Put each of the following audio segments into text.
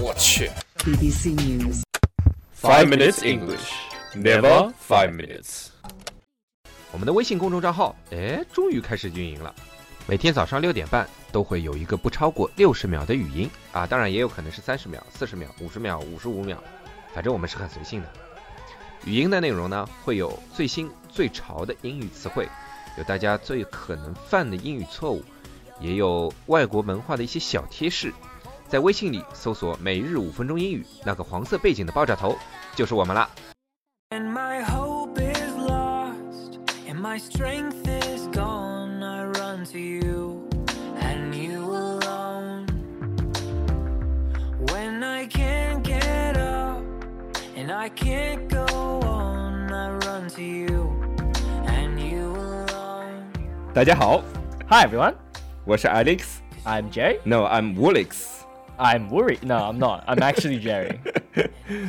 我去 BBC News. Five minutes English, never five minutes。我们的微信公众账号，哎，终于开始运营了。每天早上六点半都会有一个不超过六十秒的语音啊，当然也有可能是三十秒、四十秒、五十秒、五十五秒，反正我们是很随性的。语音的内容呢，会有最新最潮的英语词汇，有大家最可能犯的英语错误，也有外国文化的一些小贴士。在微信里搜索“每日五分钟英语”，那个黄色背景的爆炸头就是我们啦。 And my hope is lost, and my strength is gone. I run to you, and you alone. When I can't get up, and I can't go on, I run to you, and you alone. 大家好， Hi everyone, 我是 Alex。 I'm Jerry. No, I'm Wolex。 I'm worried. No, I'm not. I'm actually Jerry.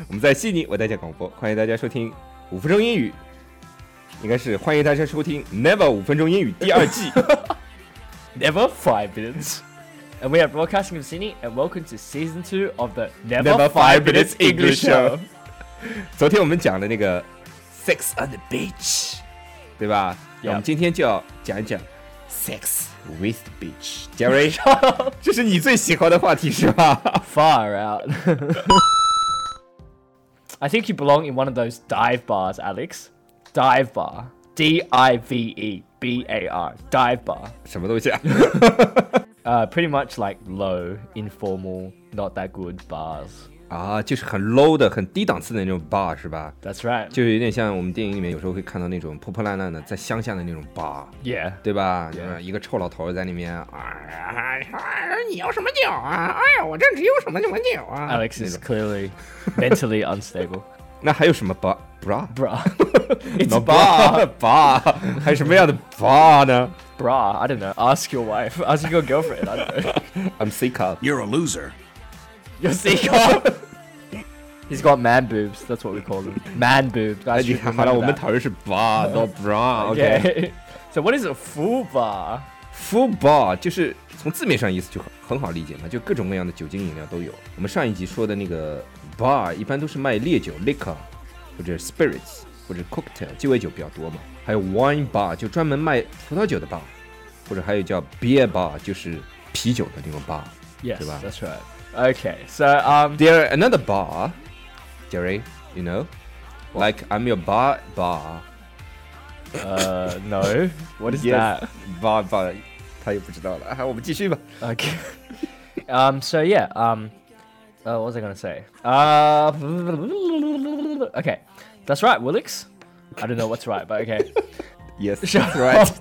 我们在悉尼为大家广播，欢迎大家收听五分钟英语，应该是欢迎大家收听 Never 五分钟英语第 二季。 Never five minutes. And we are broadcasting from Sydney, and welcome to season two of the Never, Never Five Five Minutes Minutes English English Show. 昨天我们讲的那个 Sex on the Beach，对吧 Yeah 那我们今天就要讲一讲 Sex with the Beach。Jerry，这 是你最喜欢的话题是吧？ Far out. I think you belong in one of those dive bars, Alex. Dive bar. D I V E B A R. Dive bar. 什么东西啊？ Uh, pretty much like low, informal, not that good bars. 啊，就是很 low 的、很低档次的那种 bar 是吧？ That's right. 就有点像我们电影里面有时候会看到那种破破烂烂的在乡下的那种 bar， Yeah. 对吧？就是一个臭老头儿在里面啊，你要什么酒啊？哎呀，我这只有什么什么酒啊 Alex 那 is 种 clearly mentally unstable. 那还有什么 bar bra Bra. It's bar bar，还有什么样的 bar 呢 Bra. I don't know. Ask your wife. Ask your girlfriend. I don't know. ？I'm sick of。 You're a loser. Your seagull. He's got man boobs. That's what we call them. Man boobs. I 你 should 看，好了，我 remember 们 that. 讨论是 bar，not bra。OK， Okay. So what is a full bar? full bar 就是从字面上意思就很很好理解嘛，就各种各样的酒精饮料都有。我们上一集说的那个 bar 一般都是卖烈酒 liquor 或者 spirits 或者 cocktail 鸡尾酒比较多嘛，还有 wine bar 就专门卖葡萄酒的 bar，或者还有叫 beer bar 就是啤酒的那种 bar。 Yes, Goodbye. that's right. Okay. So um, There another bar, Jerry, you know, like I'm your bar bar. uh, no. What is Yes, that? bar bar，他又不知道了。啊，我们继续吧。 Okay. um. So yeah. Um. Uh, what was I gonna say? Uh. Okay. That's right, Willix. I don't know what's right, but okay. Yes, right.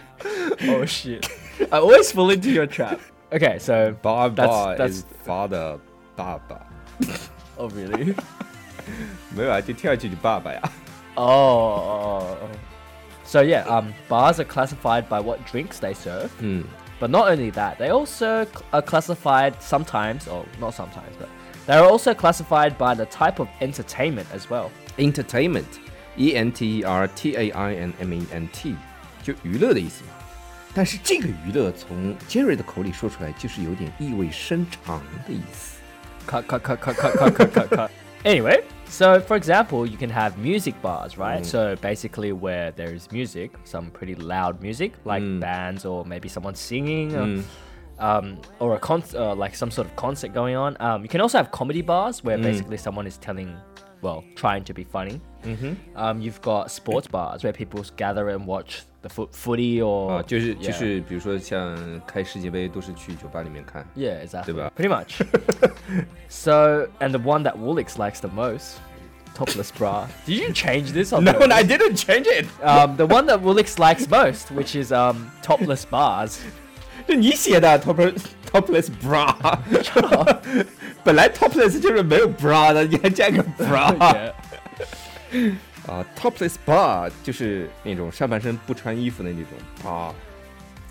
oh shit! I always fall into your trap. Okay, so Bar That's- bar that's- is 爸的爸爸。 oh really? 没有啊，就跳下去就爸爸呀。 Oh, oh, oh. so yeah. Um, bars are classified by what drinks they serve. 嗯 But not only that, they also cl- are classified sometimes, or not sometimes, but they are also classified by the type of entertainment as well. ，entertainment，e n t e r t a i n m e n t，就娱乐的意思嘛。但是这个娱乐从 Jerry 的口里说出来，就是有点意味深长的意思。 Cut, cut, cut, cut, cut, cut, cut, cut, cut. Anyway, so for example, you can have music bars, right? So basically, where there is music, some pretty loud music, like bands or maybe someone singing, or, um, or a con- uh, like some sort of concert going on. Um, you can also have comedy bars, where basically someone is telling, well, trying to be funny. Mm-hmm. Um, you've got sports bars, where people gather and watch the foot footy or 啊，就是就 yeah. 是，比如说像开世界杯都是去酒吧里面看。 Yeah, exactly. Diba? Pretty much. so, and the one that Woolix likes the most, topless bra. Did you change this? On purpose? didn't change it。 Um, the one that Woolix likes most, which is um, topless bars. 这你写的 topless topless bra。本来 topless 就是没有 bra 的，你还加个 bra。 Yeah. 啊，topless bar 就是那种上半身不穿衣服的那种 bar，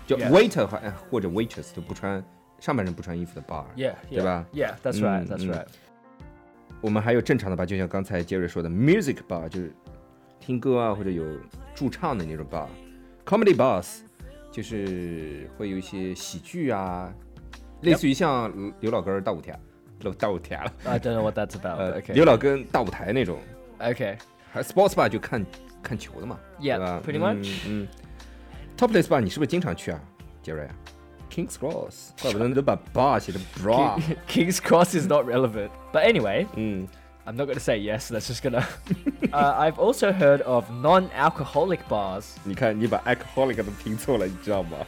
就 Yeah. waiter 和哎或者 waitress 都不穿上半身不穿衣服的 bar。 Yeah, yeah, 对吧 yeah, that's right, 嗯 that's 嗯 right. 我们还有正常的 bar，就像刚才杰瑞说的 music bar，就是听歌啊或者有驻唱的那种 bar。comedy bars 就是会有一些喜剧啊，类似于像刘老根儿大舞台露大舞台了， I don't know what that's about. but 呃， okay. 刘老根大舞台那种， Okay. 还 sports bar 就看看球的嘛对 Yeah, 吧 pretty 嗯 much. 嗯 Topless bar 你是不是经常去啊，杰瑞啊？Kings Cross，怪不得你都把 bar 写成 bra， King's Cross is not relevant. But anyway, 嗯 I'm not going to say yes. That's just going to. uh, I've also heard of non alcoholic bars. 你看你把 alcoholic 都拼错了，你知道吗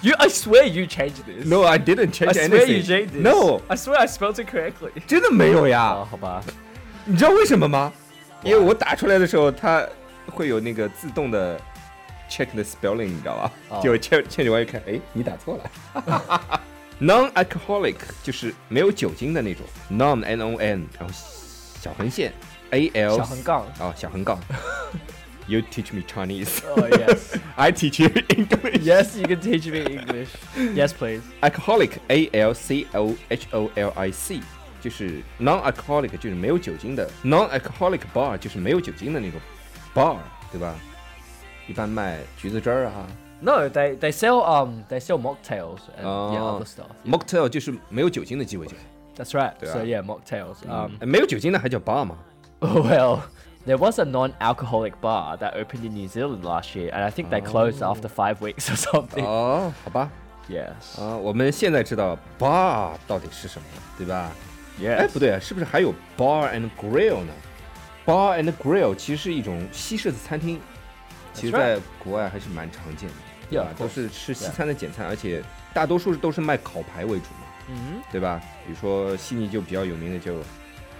You, I swear you changed this. ？No, I didn't change I swear you anything. changed this. No， I swear I spelled it correctly. 真的没有呀。好吧。你知道为什么吗？因为我打出来的时候，它会有那个自动的 check the spelling，你知道吧？哦结果 check check 完一看，哎，你打错了。Non-alcoholic 就是没有酒精的那种，non n o n，然后小横线 a l 小横杠哦，小横杠。You teach me Chinese, Oh yes. I teach you English. yes, you can teach me English. Yes, please. Alcoholic a l c o h o l i c 就是 non-alcoholic 就是没有酒精的，non-alcoholic bar 就是没有酒精的那种 bar，对吧？一般卖橘子汁儿啊 No, they they sell um they sell mocktails and yeah, Oh. other stuff. ，mocktail 就是没有酒精的鸡尾酒， That's right. Yeah. Mm. So yeah, mocktails. Um, oh, 哎没有酒精的还叫 bar 吗？ well, there was a non-alcoholic bar that opened in New Zealand last year, and I think they Oh. closed after five weeks or something. 哦，好吧， Yes. 啊，我们现在知道 bar 到底是什么了，对吧？哎， yes. 不对啊，是不是还有 bar and grill 呢？bar and grill 其实是一种西式的餐厅，其实 That's 在国外还是蛮常见的，对 Yeah, 吧 of？course. 都是吃西餐的简餐，而且大多数都是卖烤排为主嘛， Mhm. 对吧？比如说悉尼就比较有名的就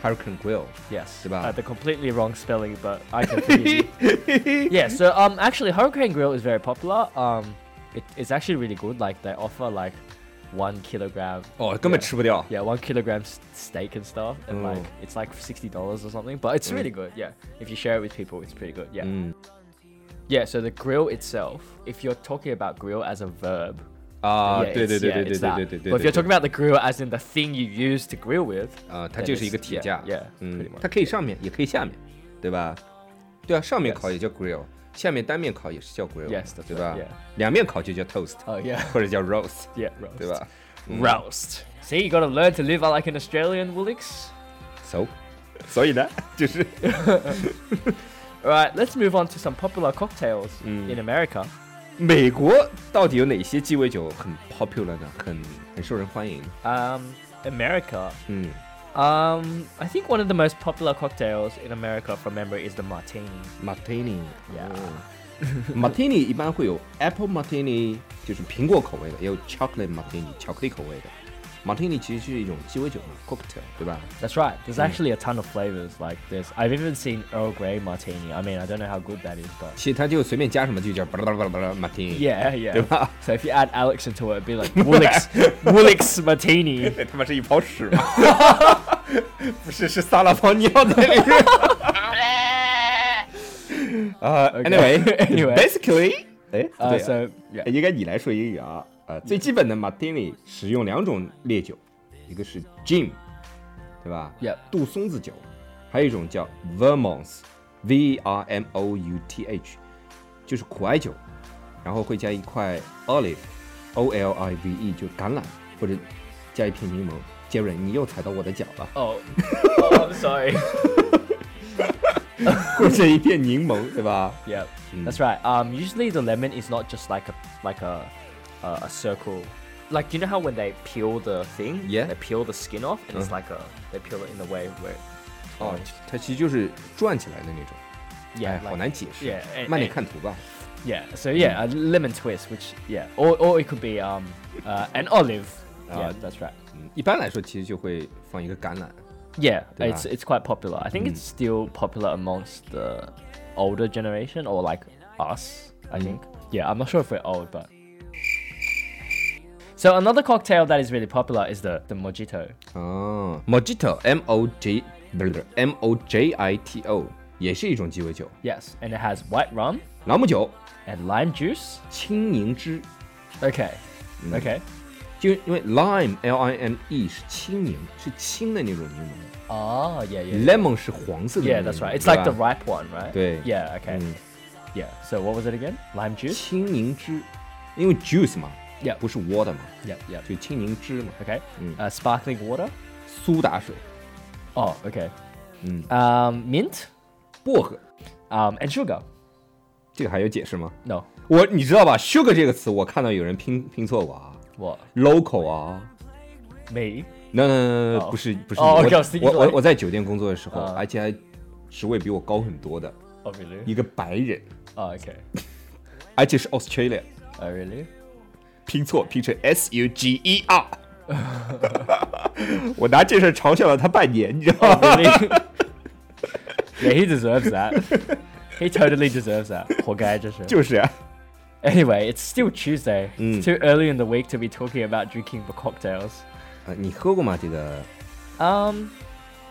Hurricane Grill， Yes. 对吧？ Uh, the completely wrong spelling, but I can forgive you. Yeah. So um, actually, Hurricane Grill is very popular. Um, it, it's actually really good. Like they offer like one kilogram 哦，根本吃不掉。 Yeah, one kilogram s- steak and stuff, and Mm. like it's like sixty dollars or something. But it's really good. Yeah, if you share it with people, it's pretty good. Yeah. 嗯 Yeah. So the grill itself, if you're talking about grill as a verb, 啊，对 yeah, it's- 对对 yeah, 对对 it's 对 that. 对对对 But if 对 you're 对 talking。about the grill as in the thing you use to grill with, 啊，它 then 就是一 it's- 个铁 yeah, 架 yeah, 嗯 pretty，much. 它可以上面也可以下面，对吧？对啊，上面 Yes. 烤也叫 grill，下面单面烤也是叫 grill， Yes, that's 对吧 right, yeah.？两面烤就叫 toast， Oh yeah. 或者叫 roast， Yeah. Roast. 对吧 Roast. See, you gotta learn to live like an Australian, Woolix. ？So，所以呢， 就是， All right, let's move on to some popular cocktails in America. 美国到底有哪些鸡尾酒很 popular 呢？很很受人欢迎？ Um, America. 嗯， Um, I think one of the most popular cocktails in America from memory is the martini. Martini， Yeah. 嗯 Martini 一般会有 Apple Martini，就是苹果口味的，也有 Chocolate Martini，巧克力口味的。Martini 其实是一种鸡尾酒嘛，cocktail，对吧？ That's right. There's actually a ton of flavors like this. I've even seen Earl Grey martini. I mean, I don't know how good that is, but 其实它就随便加什么就叫巴拉巴拉巴拉巴拉 Martini， yeah, yeah. 对吧？ So if you add Alex into it, it'd be like Woolix, Woolix martini. Uh, 那他妈是一泡屎吗？不是，是撒了泡尿在里面。啊 Anyway ，anyway，anyway，basically，哎，不 Uh, 对 so 啊，应该你来说英语啊。呃，最基本的 Martini 使用两种烈酒，一个是 Gin，对吧 Yep 杜松子酒，还有一种叫 Vermouth，V R M O U T H，就是苦艾酒，然后会加一块 olive，O L I V E，就橄榄或者加一片柠檬。杰瑞，你又踩到我的脚了， oh, oh, I'm sorry. 或者一片柠檬，对吧？ Yep, that's right. Um, usually the lemon is not just like a like a a, a circle. Like you know how when they peel the thing, Yeah. they peel the skin off, and it's like a they peel it in the way where 哦，它其实就是转起来的那种。 yeah, 哎， like- 好难解释 yeah, and- 慢点 and- 看图吧。 Yeah, so yeah, a lemon twist, which yeah, or, or it could be um uh, an olive. yeah, Uh, that's right. 嗯，一般来说其实就会放一个橄榄。 Yeah, Did it's I- it's quite popular. I think it's still popular amongst the older generation or like us. I think. Yeah, I'm not sure if we're old, but. So another cocktail that is really popular is the the mojito. 哦，Mojito M O J 不是不是 M O J I T O 也是一种鸡尾酒， Yes, and it has white rum 朗姆酒、 and lime juice. 青柠汁， Okay, okay. 就因为 lime L I M E 是青柠，是青的那种柠 Oh yeah, yeah. 檬，lemon 是黄色的柠檬。 yeah, that's right. It's 对吧 like the ripe one, right? 对 Yeah. Okay. 嗯 Yeah. So what was it again? Lime juice. 青柠汁，因为 juice 嘛， Yeah. 不是 water 嘛， Yep. Yep. 就青柠汁嘛。 Okay. Mm. Uh, sparkling water. 苏打水、 Oh, okay. Mm. Um, mint, 薄荷， um, and sugar. 这个还有解释吗？ No. 我你知道吧？sugar 这个词我看到有人拼拼错过啊 What? ，local 啊。 Me? no no no, no 哦不是不是哦我 OK，我 thinking 我我 like- 我在酒店工作的时候，啊而且还职位比我高很多的 Oh, really? 一个白人， Oh, okay. 而且是 Australia， Oh, really? 拼错拼成 S U G E R，我拿这事儿嘲笑了他半年，你知道 Oh, 吗？ really? yeah, he deserves that. He totally deserves that. 活该，这是。就是啊， Anyway, it's still Tuesday. Mm. It's too early in the week to be talking about drinking for cocktails. 啊你喝过吗？这个 Um,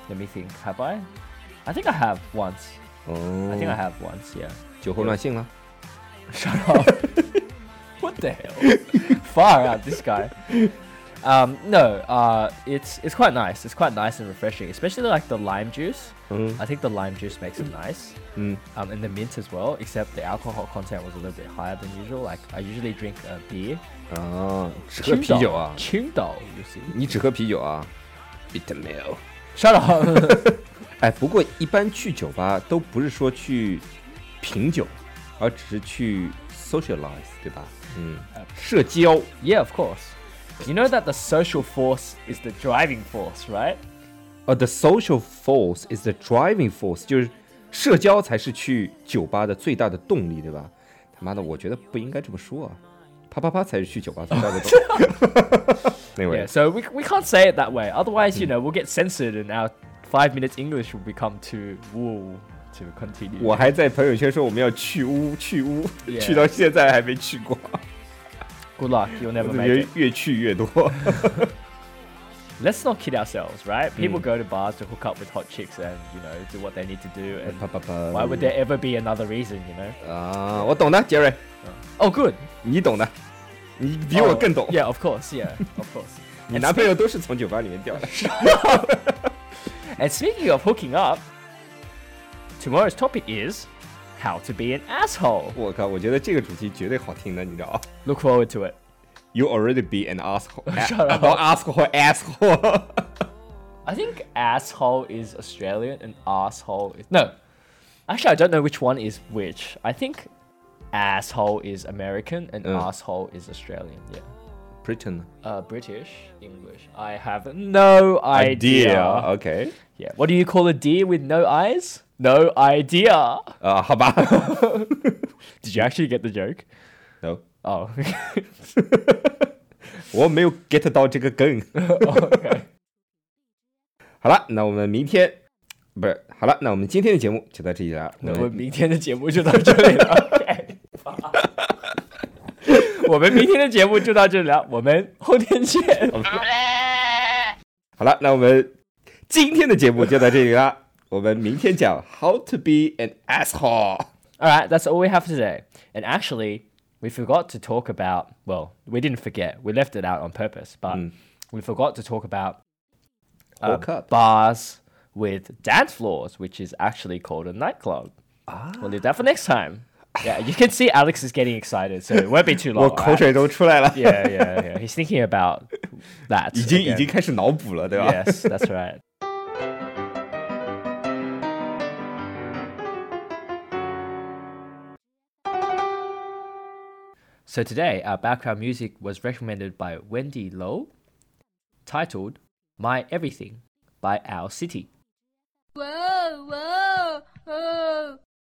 let me think. Have I? I think I have once. I think I 哦， have once. Yeah. 酒后乱性了。 Shut up. what the hell? Far out, this guy. Um, no, uh, it's it's quite nice. It's quite nice and refreshing, especially like the lime juice. I think the lime juice makes it nice. Mm. Um, and the mint as well, except the alcohol content was a little bit higher than usual. Like I usually drink uh, beer. 啊，只喝啤酒啊？青岛, you see. 你只喝啤酒啊？Bitter milk。 Shut up. 哎，不过一般去酒吧都不是说去品酒，而只是去 socialize，对吧？嗯，社交。 yeah, of course. You know that the social force is the driving force, right? 呃、t h e social force is the driving force，就是社交才是去酒吧的最大的动力，对吧？他妈的，我觉得不应该这么说啊！啪啪啪才是去酒吧最大的动力。 那 Yeah, 位 so we, we can't say it that way. Otherwise, you know, we'll get censored and our five minutes English will become too woo to continue. 我还在朋友圈说我们要去屋去屋 Yeah 去到现在还没去过， Good luck, you'll 我 never 怎么觉 make 得 it. 越去越 多？ Let's not kid ourselves, right? People go to bars to hook up with hot chicks and, you know, do what they need to do. And 哎啪啪啪！ why would there ever be another reason, you know? 啊，我懂的，杰瑞， Oh, good. 你懂的，你比我 Oh, 更懂。 Yeah, of course, yeah, of course. 你男朋友都是从酒吧里面调的。 And speaking of hooking up, tomorrow's topic is how to be an asshole. 我靠，我觉得这个主题绝对好听的，你知道啊 Look forward to it. ？You already be an asshole， Shut up asshole asshole。 I think asshole is Australian and asshole is no. Actually, I don't know which one is which. I think asshole is American and Mm. asshole is Australian. Yeah. Britain Uh, British English. I have no idea. OK， Yeah. What do you call a deer with no eyes? No idea. 啊，好吧。 Did you actually get the joke? No， Oh. 我没有 get 到这个梗。 okay. 好了，那我们明天不是好了，那我们今天的节目就到这里 了。我们我们明天的节目就到这里了。OK，我们明天的节目就到这里了，我们后天见。好了，那我们今天的节目就到这里了。我们明天讲 How to be an asshole。 All right, that's all we have today. And actually, we forgot to talk about, well, we didn't forget. We left it out on purpose, but we forgot to talk about um, Hook up. bars with dance floors, which is actually called a nightclub. Ah. We'll leave that for next time. Yeah, you can see Alex is getting excited, so it won't be too long. 我 all 口 right? 水都出来了， Yeah, yeah, yeah. He's thinking about that. 已经已 again. 经开始脑补了，对吧？ Yes, that's right. So today, our background music was recommended by Wendy Lowe, titled My Everything by Our City. Whoa, whoa, oh.